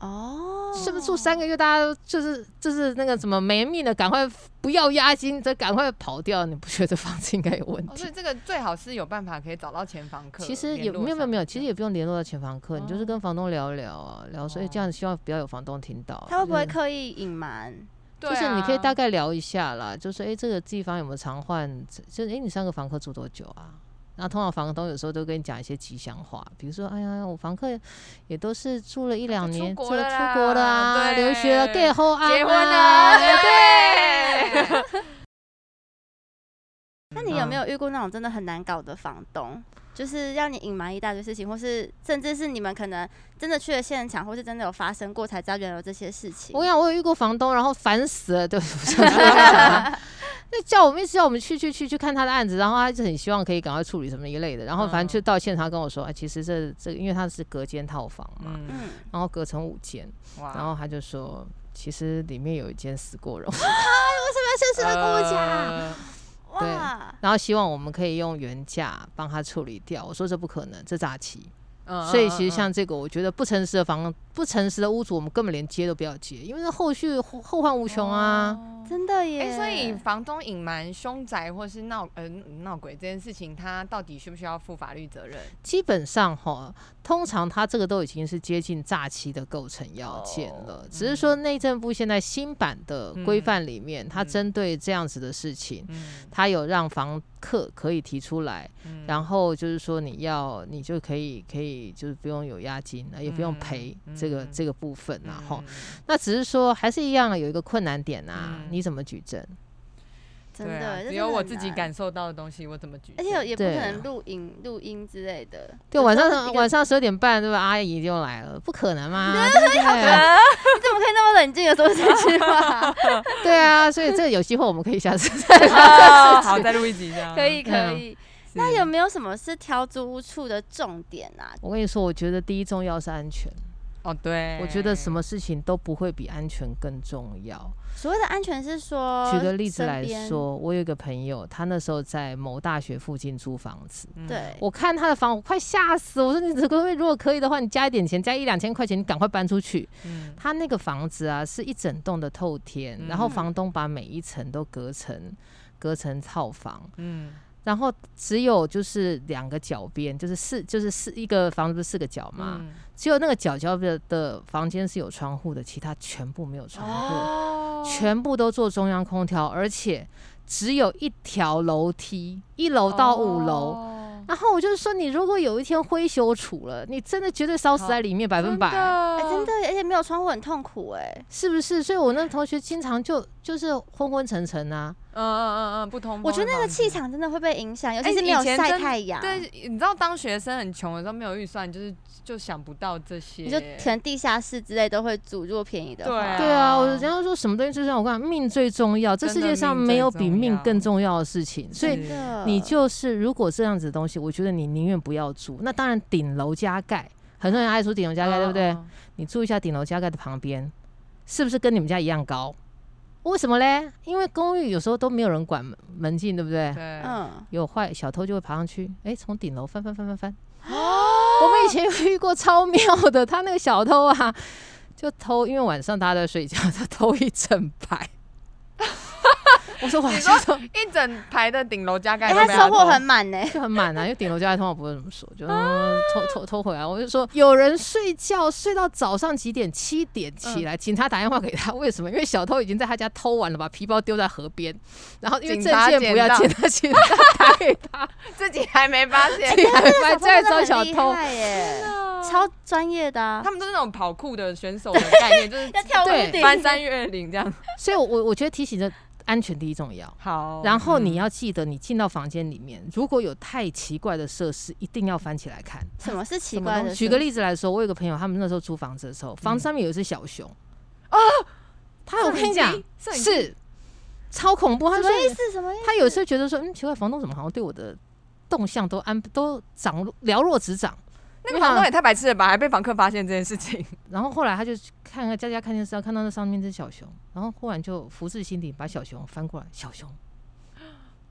B: 哦，
C: 是不是住三个月？大家都就是就是那个什么没命的，赶快不要押金，这赶快跑掉！你不觉得这房子应该有问
A: 哦，所
C: 题
A: 以？这个最好是有办法可以找到前房客。
C: 其实也
A: 联络
C: 没有没有没有，
A: 上
C: 其实也不用联络到前房客，你就是
A: 哦
C: 跟房东聊一聊啊，聊说哎这样希望不要有房东听到。啊
B: 他会不会
C: 就是
B: 刻意隐瞒？
A: 对
C: 就
A: 啊
C: 是你可以大概聊一下啦，就是哎、诶这个地方有没有常换？就是哎、诶你上个房客住多久啊？然后通常房东有时候都跟你讲一些吉祥话，比如说哎呀，我房客也都是住了一两
A: 出
C: 年，
A: 国
C: 这
A: 了
C: 出
A: 啦
C: 国了啊，留学了
A: 对
C: ，get 后啊，
A: 结婚了，对对。
B: 那你有没
C: 嗯
B: 有遇过那种真的很难搞的房东？就是让你隐瞒一大堆事情，或是甚至是你们可能真的去了现场，或是真的有发生过才知道原来有这些事情
C: 我。想我有遇过房东，然后烦死了，对，我想说那叫我们一直叫我们去去去去看他的案子，然后他就很希望可以赶快处理什么一类的，然后反正
A: 嗯
C: 就到现场跟我说，哎，其实这这因为他是隔间套房嘛，
A: 嗯，
B: 嗯，
C: 然后隔成五间，
A: 哇，
C: 然后他就说。其实里面有一间死过人，
B: 为什么要跟我讲？
A: 呃
B: 哇，
C: 然后希望我们可以用原价帮他处理掉。我说这不可能，这诈欺。
A: 嗯
C: 所以其实像这个，我觉得不诚实的房、不诚实的屋主，我们根本连接都不要接，因为那后续后后患无穷啊。。
B: 真的
A: 哎、
B: 耶！
A: 所以房东隐瞒凶宅或是闹呃闹鬼这件事情，他到底需不需要负法律责任？
C: 基本上哈，通常他这个都已经是接近诈欺的构成要件了。
A: 哦
C: 只是说内政部现在新版的规范里面，它
A: 嗯
C: 针对这样子的事情，
A: 嗯，
C: 它有让房客可以提出来，然后就是说你要你就可以可以就是不用有押金，也不用赔
A: 嗯
C: 这个、
A: 嗯
C: 这个部分
A: 嗯
C: 啊哈。那只是说还是一样有一个困难点啊，
A: 嗯
C: 你怎么举证？
B: 真
A: 对啊
B: 的，这
A: 只有
B: 真的
A: 我
B: 很
A: 自己
B: 难，
A: 感受到的东西，我怎么举证？
B: 而且也不可
C: 对啊
B: 能录影、录音之类的。
C: 对，
B: 有
C: 晚
B: 时候
C: 上
B: 一个
C: 晚上十二点半，对吧？阿姨就来了，不可 能嘛？
A: 啊
C: 对
B: 你怎么可以那么冷静的说这 句话？
C: 不对对啊，所以这个有机会我们可以下次再 聊。
A: 啊好，再录一集这样。
B: 可以，可
C: 嗯
B: 以。
A: 是，
B: 那有没有什么是挑租屋处的重点啊？
C: 我跟你说，我觉得第一重要是安全，
A: 哦，对，
C: 我觉得什么事情都不会比安全更重要。
B: 所谓的安全是说，
A: 哦
C: 举个例子来
B: 身边，
C: 说，我有一个朋友，他那时候在某大学附近租房子，
A: 嗯
B: 对，
C: 我看他的房，我快吓死！我说你这个如果可以的话，你加一点钱，加一两千块钱，你赶快搬出去。
A: 嗯
C: 他那个房子啊，是一整栋的透天，然后
B: 嗯
C: 房东把每一层都隔成隔成套房，
A: 嗯
C: 然后只有就是两个角边，就是四就是四一个房子不是四个角嘛，
A: 嗯
C: 只有那个角角的的房间是有窗户的，其他嗯全部没有窗户，
A: 嗯哦
C: 全部都做中央空调，而且只有一条楼梯，一楼到五楼。
A: 哦
C: 然后我就说，你如果有一天灰修除了，你真的绝对烧死在里面，百分百。
B: 哎、真
A: 真
B: 的，
C: 哦
A: 的，
B: 而且没有窗户很痛苦哎、
C: 是不是？所以我那同学经常就就是昏昏沉沉啊，
A: 嗯嗯嗯嗯，不通风的房子。
B: 我觉得那个
C: 哦
B: 气场真的会被影响，尤其
A: 哎
B: 是没有
A: 以前
B: 晒
A: 真
B: 太阳，
A: 对，你知道当学生很穷的时候没有预算，就是就想不到这些。
B: 你就可能地下室之类都会租，如果便宜的
A: 对
B: 话。
A: 啊
C: 对啊，我人家说什么东西最重要？我跟你讲，命最重要，这
A: 真
C: 世
A: 的
C: 界上
A: 命
C: 没
A: 最
C: 有比
A: 重
C: 命
A: 要
C: 更重要的事情。所以
A: 是
B: 真的
C: 你就是如果这样子的东西，我觉得你宁愿不要住。那当然，顶楼加盖，很多人爱住顶楼加盖，对不对？
A: 嗯
C: 你住一下顶楼加盖的旁边，是不是跟你们家一样高？为什么嘞？因为公寓有时候都没有人管门门禁，对不对？
A: 对，
B: 嗯，
C: 有坏小偷就会爬上去，哎、从顶楼翻翻翻翻翻。
A: 哦
C: 我们以前有遇过超妙的，他那个小偷啊，就偷，因为晚上大家都在睡觉，他偷一整 排。我说哇，
A: 你
C: 小
A: 说
C: 偷
A: 一整排的顶楼加盖
B: 哎、
A: 都
B: 他
A: 被
B: 收
A: 偷，
B: 获很满呢、
C: 就很满啊，因为顶楼加盖通常不会怎么说，就、
A: 啊
C: 嗯、偷偷偷回来。我就说有人睡觉睡到早上几点？七点起来，警察打电话给他，为什么？因为小偷已经在他家偷完了，把皮包丢在河边，然后因为
A: 警
C: 证
A: 察
C: 件不要
A: 捡
C: 见他，警察打给他，
A: 自己还没发现。
C: 还 在
B: 招
C: 招小偷。
B: 耶，超专业的、啊
A: 他。们都是那种跑酷的选手的概念，就是
B: 要跳
C: 对
B: 屋顶，
A: 翻山越岭这样。
C: 所以我，我我觉得提醒的安全第一重要。
A: 好 嗯
C: 然后你要记得，你进到房间里面，如果有太奇怪的设施，一定要翻起来看。
B: 什么是奇
C: 什么
B: 怪
C: 东
B: 的？
C: 西举个，例子来说，我有个朋友，他们那时候租房子的时候，房子上面有一只小熊啊，他哎我跟你讲
A: 摄影机摄
C: 是超恐怖。他
B: 哦什
C: 说
B: 么意思？什么意思？
C: 他有时候觉得说，嗯，奇怪，房东怎么好像对我的动向都安都掌握了若指掌。
A: 那个房东也太白痴了吧，还被房客发现这件事情。
C: 然后后来他就看看家家看电视啊，看到那上面是小熊，然后忽然就福至心灵，把小熊翻过来，小熊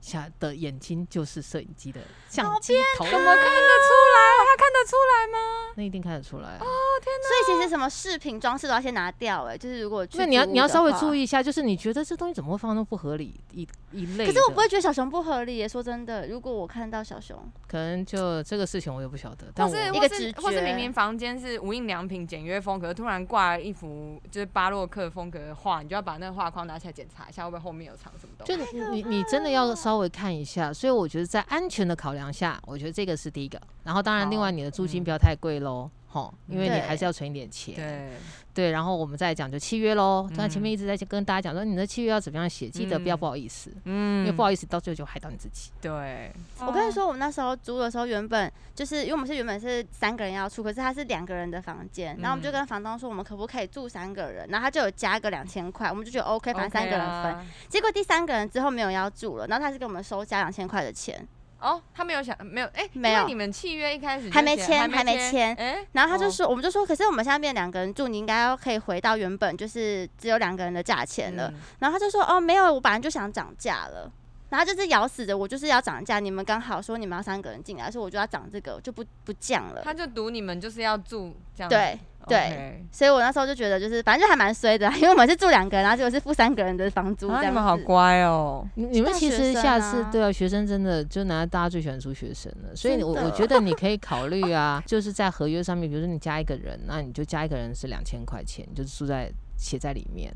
C: 下的眼睛就是摄影机的相机头，
A: 怎
B: 啊
A: 么看得出来？他看得出来吗？
C: 那一定看得出来、
B: 哦
C: 啊。
B: 所以其实什么饰品装饰都要先拿掉哎、就是如果去
C: 因为你要
B: 租屋
C: 你要
B: 的
C: 稍微
B: 话
C: 注意一下，就是你觉得这东西怎么会放那么不合理一一类
B: 可
C: 的？
B: 是我不会觉得小熊不合理耶，说真的，如果我看到小熊，
C: 可能就这个事情我也不晓得，但
A: 或
C: 我
A: 是
B: 一
A: 或
B: 个
A: 是
B: 直觉
A: 或是明明房间是无印良品简约风格，突然挂了一幅就是巴洛克风格的画，你就要把那个画框拿起来检查一下，会不会后面有藏什么东西？
C: 就你你你真的要稍微看一下，所以我觉得在安全的考量下，我觉得这个是第一个。然后当然，另
A: 好
C: 外你的租金
A: 嗯
C: 不要太贵喽，哈，因为你
B: 对
C: 还是要存一点钱。
A: 对，
C: 对，然后我们再讲就契约喽。那前
A: 嗯
C: 面一直在跟大家讲说，你的契约要怎么样写，记得不要
A: 嗯
C: 不好意思，
A: 嗯
C: 因为不好意思到最后就害到你自己。
A: 对，
B: 我
A: 哦
B: 跟你说，我们那时候租的时候，原本就是因为我们是原本是三个人要住，可是它是两个人的房间，然后我们就
A: 嗯
B: 跟房东说，我们可不可以住三个人？然后他就有加个两千块，我们就觉得 OK，
A: 对，
B: 反正三个
A: 啊
B: 人分。结果第三个人之后没有要住了，然后他是给我们收加两千块的钱，
A: 哦，他没有想没有哎，因
B: 没
A: 为
B: 有
A: 你们契约一开始就
B: 还没
A: 写
B: 签
A: 还
B: 还没
A: 签，
B: 签
A: 哎，
B: 然后他就
A: 哦
B: 说，我们就说，可是我们现在变两个人住，你应该要可以回到原本就是只有两个人的价钱了。
A: 嗯
B: 然后他就说，哦，没有，我本来就想涨价了。然后他就是咬死着我，就是要涨价。你们刚好说你们要三个人进来，所以我就要涨这个，我就不不降了。
A: 他就赌你们就是要住这样，
B: 对，
A: OK，
B: 对所以我那时候就觉得，就是反正就还蛮衰的啊，因 为我们是住两个人，然后结果是付三个人的房租这
A: 啊，你
B: 样
A: 们好
B: 子
A: 乖哦，
C: 你你们
B: 大
C: 其
B: 学
C: 实
B: 生
C: 下次
B: 啊
C: 对啊，学生真的就拿大家最喜欢租学生了，所以
B: 真
C: 我
B: 的
C: 我觉得你 可以考虑啊，就是在合约上面，比如说你加一个人，那你就加一个人是两千块钱，你就住在写在里面。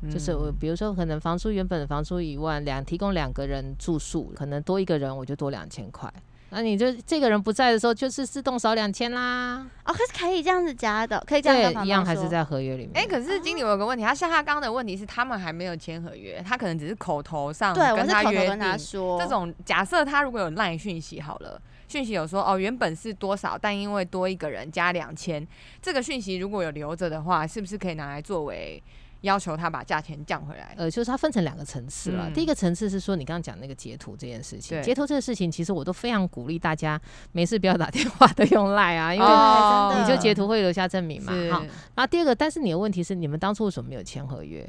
A: 嗯
C: 就是
B: 嗯
C: 我，比如说可能房租原本的房租一万，两提供两个人住宿，可能多一个人我就多两千块。那你就这个人不在的时候，就是自动少两千啦。
B: 哦，可是可以这样子加的，可以这样
C: 对
B: 跟，房
C: 一样
B: 东
C: 还是
B: 说。
C: 在合约里面。
A: 哎、可是经理，我有个问题，他像他刚刚的问题是，他们还没有签合约，他可能只是口头上
B: 对，我
A: 跟
B: 是
A: 他
B: 口头
A: 约
B: 跟
A: 定。
B: 他说，
A: 这种假设他如果有赖讯息好了，讯息有说哦原本是多少，但因为多一个人加两千，这个讯息如果有留着的话，是不是可以拿来作为要求他把价钱降回来？
C: 呃，就是它分成两个层次了。
A: 嗯
C: 第一个层次是说你刚刚讲那个截图这件事情，
A: 对
C: 截图这个事情，其实我都非常鼓励大家没事不要打电话的用赖啊，因为
B: 哦真
C: 你
B: 的
C: 就截图会留下证明嘛。
A: 是
C: 哈，然后第二个，但是你的问题是，你们当初为什么没有签合约？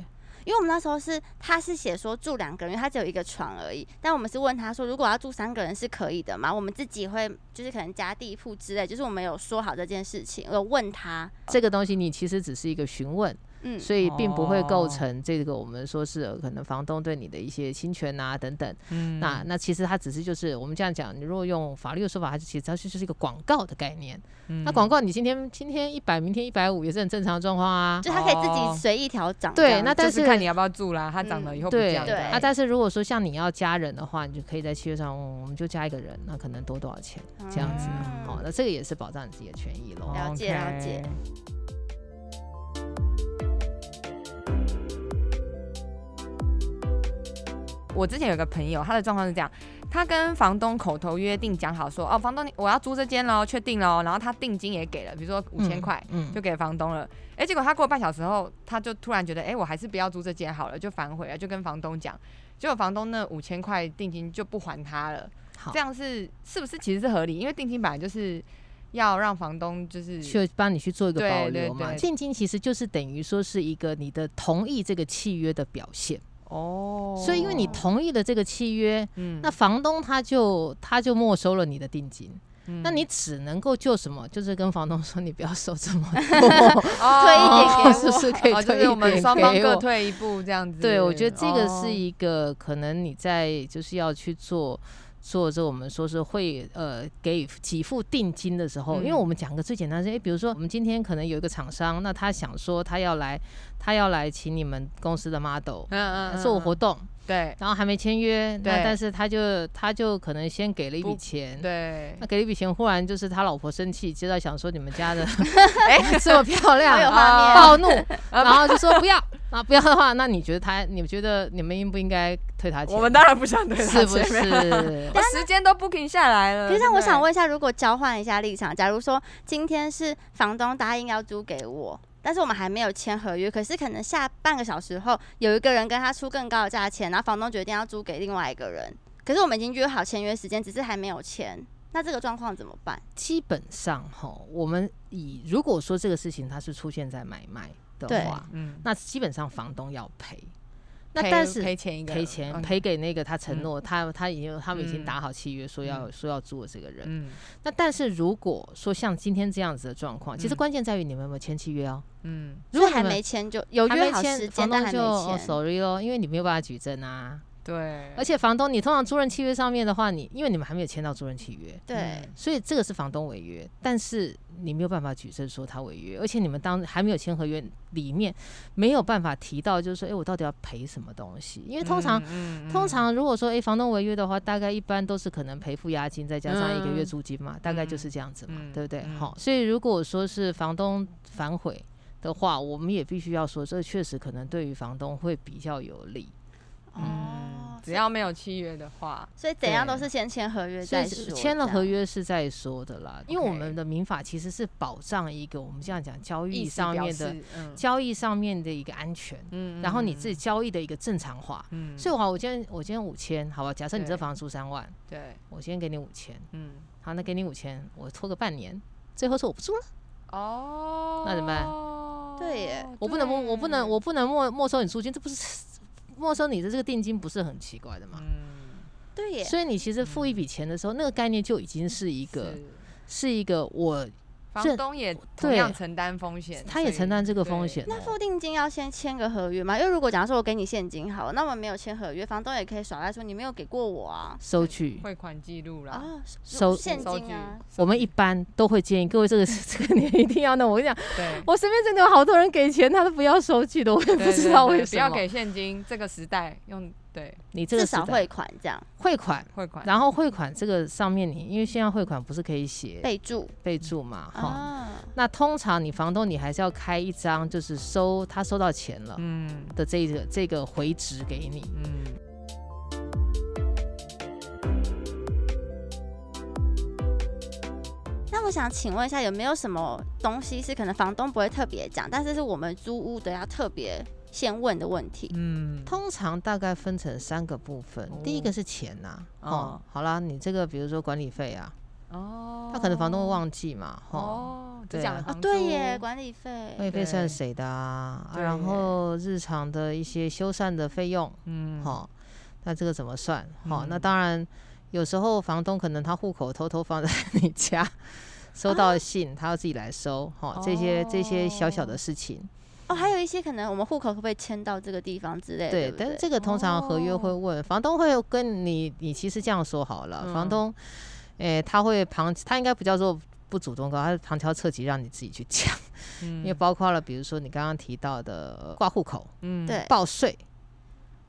B: 因为我们那时候是他是写说住两个人，因为他只有一个床而已。但我们是问他说，如果要住三个人是可以的嘛？我们自己会就是可能加地铺之类，就是我们有说好这件事情，我有问他，
C: 这个东西你其实只是一个询问，
B: 嗯，
C: 所以并不会构
A: 哦
C: 成这个我们说是呃可能房东对你的一些侵权啊等等。
A: 嗯
C: 那那其实它只是就是我们这样讲，你如果用法律的说法，它就其实它就是一个广告的概念。
B: 嗯
C: 那广
A: 告
C: 告你今天今天一百，明天一百五也是很正常的状况啊。
B: 就他可以自
A: 哦
B: 己随意调整这
C: 对
B: 样子。
C: 那但
A: 就是是看你要不要住啦，他涨了以后不
C: 对
A: 降
B: 嗯对
A: 的
C: 啊，但是如果说像你要加人的话，你就可以在契约上，嗯我们就加一个人，那可能多多少钱这样子。
B: 嗯
C: 哦，那这个也是保障你自己的权益
A: 嗯
C: 咯。
B: 了解了解
A: OK 我之前有个朋友，他的状况是这样，他跟房东口头约定讲好说，哦，房东你我要租这间喽，确定喽，然后他定金也给了，比如说五千块，
C: 嗯，
A: 就给房东了。哎、结果他过半小时后，他就突然觉得，哎、我还是不要租这间好了，就反悔了，就跟房东讲。结果房东那五千块定金就不还他了。
C: 好
A: 这样是是不是其实是合理？因为定金本来就是要让房东就是
C: 去帮你去做一个
A: 对
C: 保
A: 对
C: 留嘛。
A: 对
C: 定金其实就是等于说是一个你的同意这个契约的表现，
A: 哦
C: 所以因为你同意了这个契约，
A: 嗯
C: 那房东他就他就没收了你的定金，
A: 嗯
C: 那你只能够就什么，就是跟房东说你不要收这么多，
A: 哦
B: 退一点给
C: 是不是可以
A: 哦，就
C: 退一
A: 是我们
C: 点
A: 双方
C: 给
A: 各
C: 我？
A: 退一步这样子。
C: 对，我觉得这个
A: 哦
C: 是一个可能你在就是要去做做这我们说是会呃给予给付定金的时候，因为
A: 嗯
C: 我们讲个最简单的是，诶，比如说我们今天可能有一个厂商，那他想说他要来他要来请你们公司的 model
A: 嗯嗯
C: 做活
A: 嗯
C: 动，
A: 对
C: 然后还没签约，那
A: 对
C: 但是他就他就可能先给了一
A: 不
C: 笔钱。
A: 对
C: 那，给了一笔钱，忽然就是他老婆生气，接着想说你们家的
A: 哎
C: 这么漂亮，啊
B: 好有啊
A: 画面
C: 暴怒，然后就说不要，啊不要的话，那你觉得他，你觉得你们应不应该退他钱？
A: 我们当然不想对他
C: 是不
A: 见面
C: 是？
A: 我时间都 booking 下来
C: 呃
A: 了。
B: 可是
A: 对不
B: 我
A: 对
B: 想问一下，如果交换一下立场，假如说今天是房东答应要租给我，但是我们还没有签合约，可是可能下半个小时后有一个人跟他出更高的价钱，然后房东决定要租给另外一个人，可是我们已经约好签约时间，只是还没有签，那这个状况怎么办？
C: 基本上哈，我们以如果说这个事情它是出现在买卖的
B: 对
C: 话，
A: 嗯，
C: 那基本上房东要赔。那
A: 赔
C: 但是
A: 赔钱一个
C: 赔钱
A: 嗯
C: 赔给那个他承
A: 嗯
C: 诺他他已经他们已经
A: 嗯
C: 打好契约说要说要租的这个人，
A: 嗯
C: 那但是如果说像今天这样子的状况，其实
A: 嗯
C: 关键在于你们有没有签契约哦。
A: 嗯，
C: 如果
B: 所以还
C: 你们
B: 没签就有
C: 还
B: 约
C: 没
B: 好
C: 签
B: 时间，
C: 房
B: 但
C: 东
B: 还
C: 就
B: 没
C: 哦
B: 签。
C: sorry 哦，因为你没有办法举证啊。
A: 对，
C: 而且房东，你通常租赁契约上面的话，你因为你们还没有签到租赁契约，
A: 嗯
B: 对，
C: 所以这个是房东违约，但是你没有办法举证说他违约，而且你们当还没有签合约里面没有办法提到，就是说，哎诶，我到底要赔什么东西？因为通常、
A: 嗯，嗯
C: 通常如果说，诶，房东违约的话，大概一般都是可能赔付押金再加上一个月
A: 嗯
C: 租金嘛，大概就是这样子嘛，
A: 嗯
C: 对不对？
A: 嗯
C: 好、所以如果说是房东反悔的话，我们也必须要说，这确实可能对于房东会比较有利。
B: 哦，
C: 嗯
A: 嗯只要没有契约的话，
B: 所以怎样都
C: 对
B: 是先签合约
C: 所
B: 再
C: 以
B: 说，
C: 是签了
B: 这样
C: 合约是在说的啦，因为我
A: OK
C: 们的民法其实是保障一个我们这样讲交易
A: 意思
C: 上
A: 表
C: 面的
A: 示，嗯
C: 交易上面的一个安全，
A: 嗯
C: 然后你自己
A: 己，
C: 交易的一个正常化。
A: 嗯
C: 所以话，我今天我今天五千，好吧？假设你这
A: 对
C: 房租三万，
A: 对，
C: 我今天给你五千，
A: 嗯，
C: 好，那给你五千，我拖个半年，最后说我不租了，
A: 哦，
C: 那怎么办？
B: 对耶
C: 我不能没，我不能，
A: 对，
C: 我不能没没收你租金，这不是 没收你的这个定金，不是很奇怪的吗？
A: 嗯，
B: 对耶，
C: 所以你其实付一笔钱的时候，那个概念就已经是一个
A: 是
C: 是一个我这
A: 房东也同
C: 对
A: 样承担风险，
C: 他也
A: 所以
C: 承担这个风
A: 对
C: 险哦、
B: 那付定金要先签个合约吗？因为如果假如说我给你现金好了，那我没有签合约，房东也可以耍赖说你没有给过我啊。
C: 收据。
A: 汇款记录啦，
C: 啊
B: 哦，
C: 收
B: 现
A: 啊收
B: 金
A: 据
B: 啊，
C: 我们一般都会建议各位，这个 这个你一定要弄。我跟你讲，
A: 对。
C: 我身边真的有好多人给钱，他都不要收据的，我也
A: 对
C: 不知道
A: 对对
C: 为
A: 不
C: 什
A: 要
C: 么。
A: 给现金，这个时代用对
C: 你这个
B: 至
C: 时
B: 少
C: 代
B: 汇款这样
C: 汇款，
A: 汇款，
C: 然后汇款这个上面你，因为现在汇款不是可以写
B: 备注
C: 备注嘛，哈。
B: 啊。
C: 那通常你房东你还是要开一张，就是收他收到钱了
A: 嗯
C: 的这个这个回执给你。
A: 嗯，
B: 那我想请问一下，有没有什么东西是可能房东不会特别讲，但是是我们租屋的要特别先问的问题？
A: 嗯，
C: 通常大概分成三个部分，第一
A: 哦
C: 个是钱呐、哦，
A: 哦
C: 好啦，你这个比如说管理费啊，
A: 哦，
C: 他可能房东会忘记嘛，哈、
A: 哦，只
C: 对
A: 讲
C: 啊
A: 了
B: 哦
A: 房，
B: 对耶，
A: 租
B: 管理费
C: 管。理费算
A: 对
C: 谁的啊？啊
A: 对
C: 然
A: 耶
C: 后日常的一些修缮的费用，
A: 嗯，
C: 哈、那这个怎么算？哈、那
A: 嗯
C: 当然，有时候房东可能他户口偷偷放在 你家，收到信、他要自己来收，哈、这些这些小小的
A: 啊哦
C: 事情，
B: 哦，还有一些可能我们户口可不可以迁到这个地方之类的？对不对，
C: 但是这个通常合约会
A: 哦
C: 问、房东会跟你，你其实这样说好了，房
A: 嗯
C: 东，诶、他会旁，他应该不叫做不主动告，他是旁敲侧击让你自己去讲，
A: 嗯，
C: 因为包括了比如说你刚刚提到的呃挂户口、
A: 嗯
B: 对
C: 报税，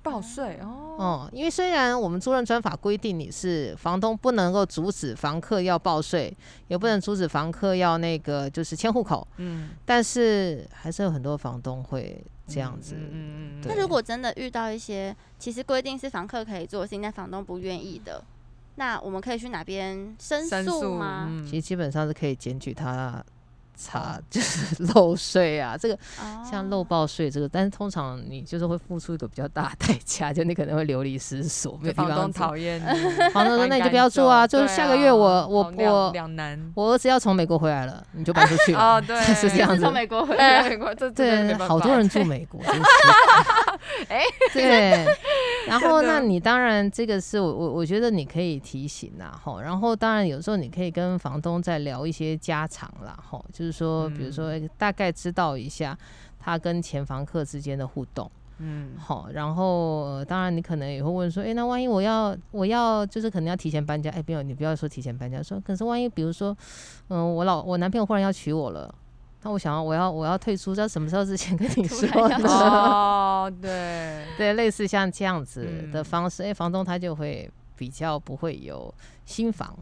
A: 报税哦，
C: 哦、因为虽然我们租赁专法规定你是房东不能够阻止房客要报税，也不能阻止房客要那个就是迁户口，
A: 嗯，
C: 但是还是有很多房东会这样子，
A: 嗯嗯嗯嗯
C: 对
B: 那如果真的遇到一些其实规定是房客可以做的事情，但房东不愿意的，那我们可以去哪边申
A: 申
B: 诉
A: 诉
B: 吗？
A: 嗯
C: 其实基本上是可以检举他查就是 漏税啊，这个
A: 嗯
B: 哦
C: 像漏报税这个，但是通常你就是会付出一个比较大的代价，就你可能会流离失所，没有
A: 就
C: 地方
A: 房东
C: 住
A: 讨 厌你，
C: 房 东说
A: 反
C: 那你就
A: 感
C: 不要住啊，
A: 受
C: 就是
A: 对
C: 下个月
A: 啊
C: 我、
A: 好
C: 我
A: 两
C: 我
A: 两难
C: 我儿子要从美国回来了，你就搬出 去吧
A: 哦，对，
C: 是这样子
B: 从美国回 来，
A: 对，我这真的
C: 对
A: 没，办
C: 好多
A: 法
C: 人住美国，真是
A: 哎，
C: 对。然后，
A: 真的
C: 那你当然这个是我我我觉得你可以提醒啦，吼。然后，当然有时候你可以跟房东再聊一些家常啦，吼，就是说，比如说
A: 嗯
C: 哎大概知道一下他跟前房客之间的互动，
A: 嗯
C: 好。然后，呃当然你可能也会问说，哎，那万一我要我要就是可能要提前搬家，哎，没有，你不要说提前搬家，说可是万一比如说，嗯、我老我男朋友忽然要娶我了。那我想要，我要我要退出，在什么时候之前跟 你
B: 突
C: 说
B: 然要
C: 呢？
A: 哦，对，
C: 对，类似像这样子的
A: 嗯
C: 方式，哎、房东他就会比较不会有新房，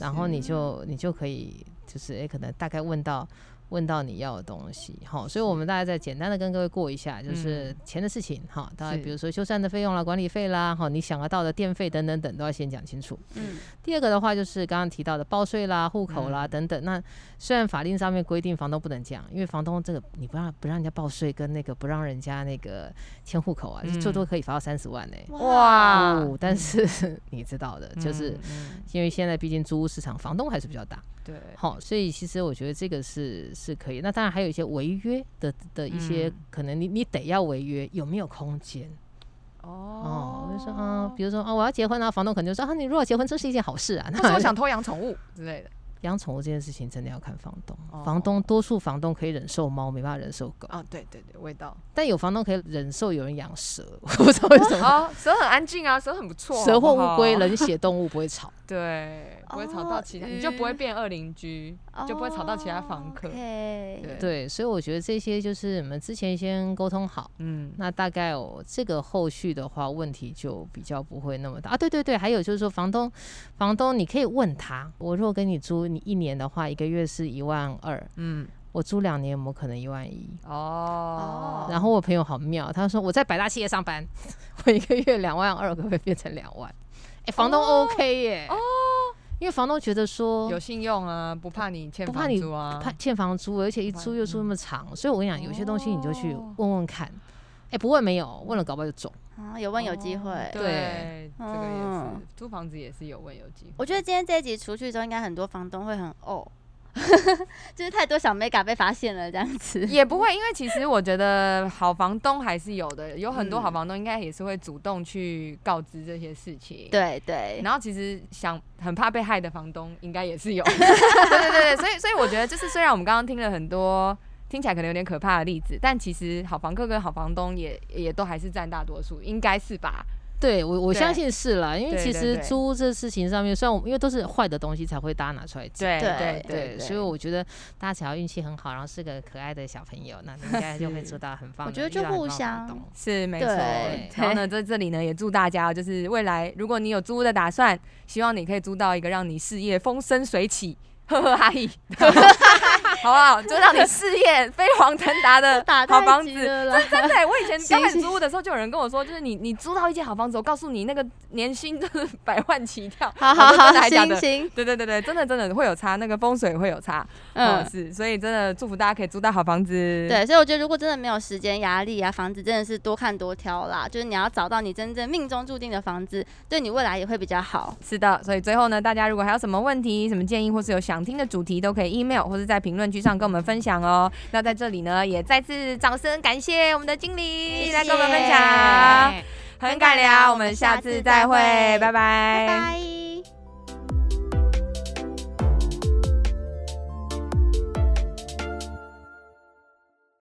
C: 然后你就你就可以就是哎、诶可能大概问到问到你要的东西，好，所以我们大概再简单的跟各位过一下，就是
A: 嗯
C: 钱的事情，哈，大概
A: 是
C: 比如说修缮的费用啦、管理费啦，哈，你想得到的电费等等等都要先讲清楚。
B: 嗯，
C: 第二个的话就是刚刚提到的报税啦、户口
A: 嗯
C: 啦等等。那虽然法令上面规定房东不能讲，因为房东这个你不让不让人家报税，跟那个不让人家那个迁户口啊，
A: 嗯
C: 最多可以罚到三十万呢、
A: 哇
C: 哦，但是 你知道的， 就是
A: 嗯嗯
C: 因为现在毕竟租屋市场房东还是比较大，
A: 对，
C: 好，所以其实我觉得这个是是可以。那当然还有一些违约的的一些
A: 嗯，
C: 可能你你得要违约，有没有空间？哦
A: 哦，，
C: 我就 说 啊，比如说啊，我要结婚啊，房东可能就说啊，你如果结婚，这是一件好事啊。
A: 或是
C: 那
A: 我想偷养宠物之类的，
C: 养宠物这件事情真的要看房东，
A: 哦
C: 房东多数房东可以忍受猫，没办法忍受狗，
A: 哦，对对对，味道。
C: 但有房东可以忍受有人养蛇， 我不知道为 什么。
A: 哦，蛇很安静啊，蛇很不错。
C: 蛇或
A: 好不好
C: 乌龟，，人血动物不会吵。
A: 对，不会吵到其
B: 哦
A: 他，你就不会变恶邻居，就不会吵到其他房
B: 哦
A: 客。
B: 对，
C: 对，所以我觉得这些就是我们之前先沟通好，
A: 嗯，
C: 那大概我这个后续的话，问题就比较不会那么大啊。对对对，还有就是说，房东，房东你可以问他，我如果跟你租，你一年的话，一个月是一万二，
A: 嗯，
C: 我租两年有没有可能一万一？
A: 哦，
C: 然后我朋友好妙，他说我在百大企业上班， 我一个月两万二，可不可以变成两万？哎、房东 OK 耶、哦，因为房东觉得说
A: 有信用啊，不怕你欠
C: 不
A: 房
C: 怕你
A: 租啊，
C: 怕欠房租，而且一租又租那么长，所以我跟你讲，有些东西你就去
A: 哦
C: 问问看。哎、不问没有，问了搞不好就中。
B: 啊，有问有机会。
A: 哦对，这个也
B: 嗯
A: 是，租房子也是有问有机会。
B: 我觉得今天这一集出去之后，应该很多房东会很哦， 就是太多小 mega 被发现了这样 子。
A: 也不会，因为其实我觉得好房东还是有的，有很多
B: 嗯
A: 好房东应该也是会主动去告知这些事情。。
B: 对对，
A: 然后其实想很怕被害的房东应该也是 有，对对对对，所以所以我觉得就是虽然我们刚刚听了很多听起来可能有点可怕的例子，但其实好房客跟好房东也也都还是占大多数，应该是吧？
C: 对我我
A: 对
C: 相信是啦，因为
A: 对
C: 其
A: 对
C: 实
A: 对
C: 租这事情上面，虽然我们因为都是坏的东西才会大家拿出来讲。
A: 对
B: 对
C: 对，所以我觉得大家只要运气很好，然后是个可爱的小朋友，那你应该就会
A: 是
C: 做到很棒的。
B: 我觉得就
C: 遇到很
B: 互
C: 棒的
B: 相
C: 房东
A: 是没错
B: 对。
A: 然后呢，在这里呢，也祝大家就是未来，如果你有租屋的打算，希望你可以租到一个让你事业风生水 起、呵呵阿姨，好不好？就让你事业飞黄腾达的
B: 打
A: 好
B: 太
A: 房
B: 极
A: 子。
B: 了啦，
A: 真的欸，我以前刚开始
B: 行
A: 租屋的时候，就有人跟我说，就是你你租到一间好房子，我告诉你，那个年薪就是百万起跳。
B: 好好
A: 我说
B: 好
A: 真的，还假
B: 行
A: 的？
B: 行，
A: 对对对对，真的真的会有差，那个风水会有差，嗯
B: 嗯。
A: 是，所以真的祝福大家可以租到好房子。
B: 对，所以我觉得如果真的没有时间压力啊，房子真的是多看多挑啦。就是你要找到你真正命中注定的房子，对你未来也会比较好。
A: 是的，所以最后呢，大家如果还有什么问题、什么建议，或是有想听的主题，都可以 email 或是在评论区上跟我们分享哦。那在这里呢，也再次掌声感谢我们的经理
B: 谢谢
A: 来跟我们分享，很敢聊，我们下次再会，拜拜
B: 拜拜。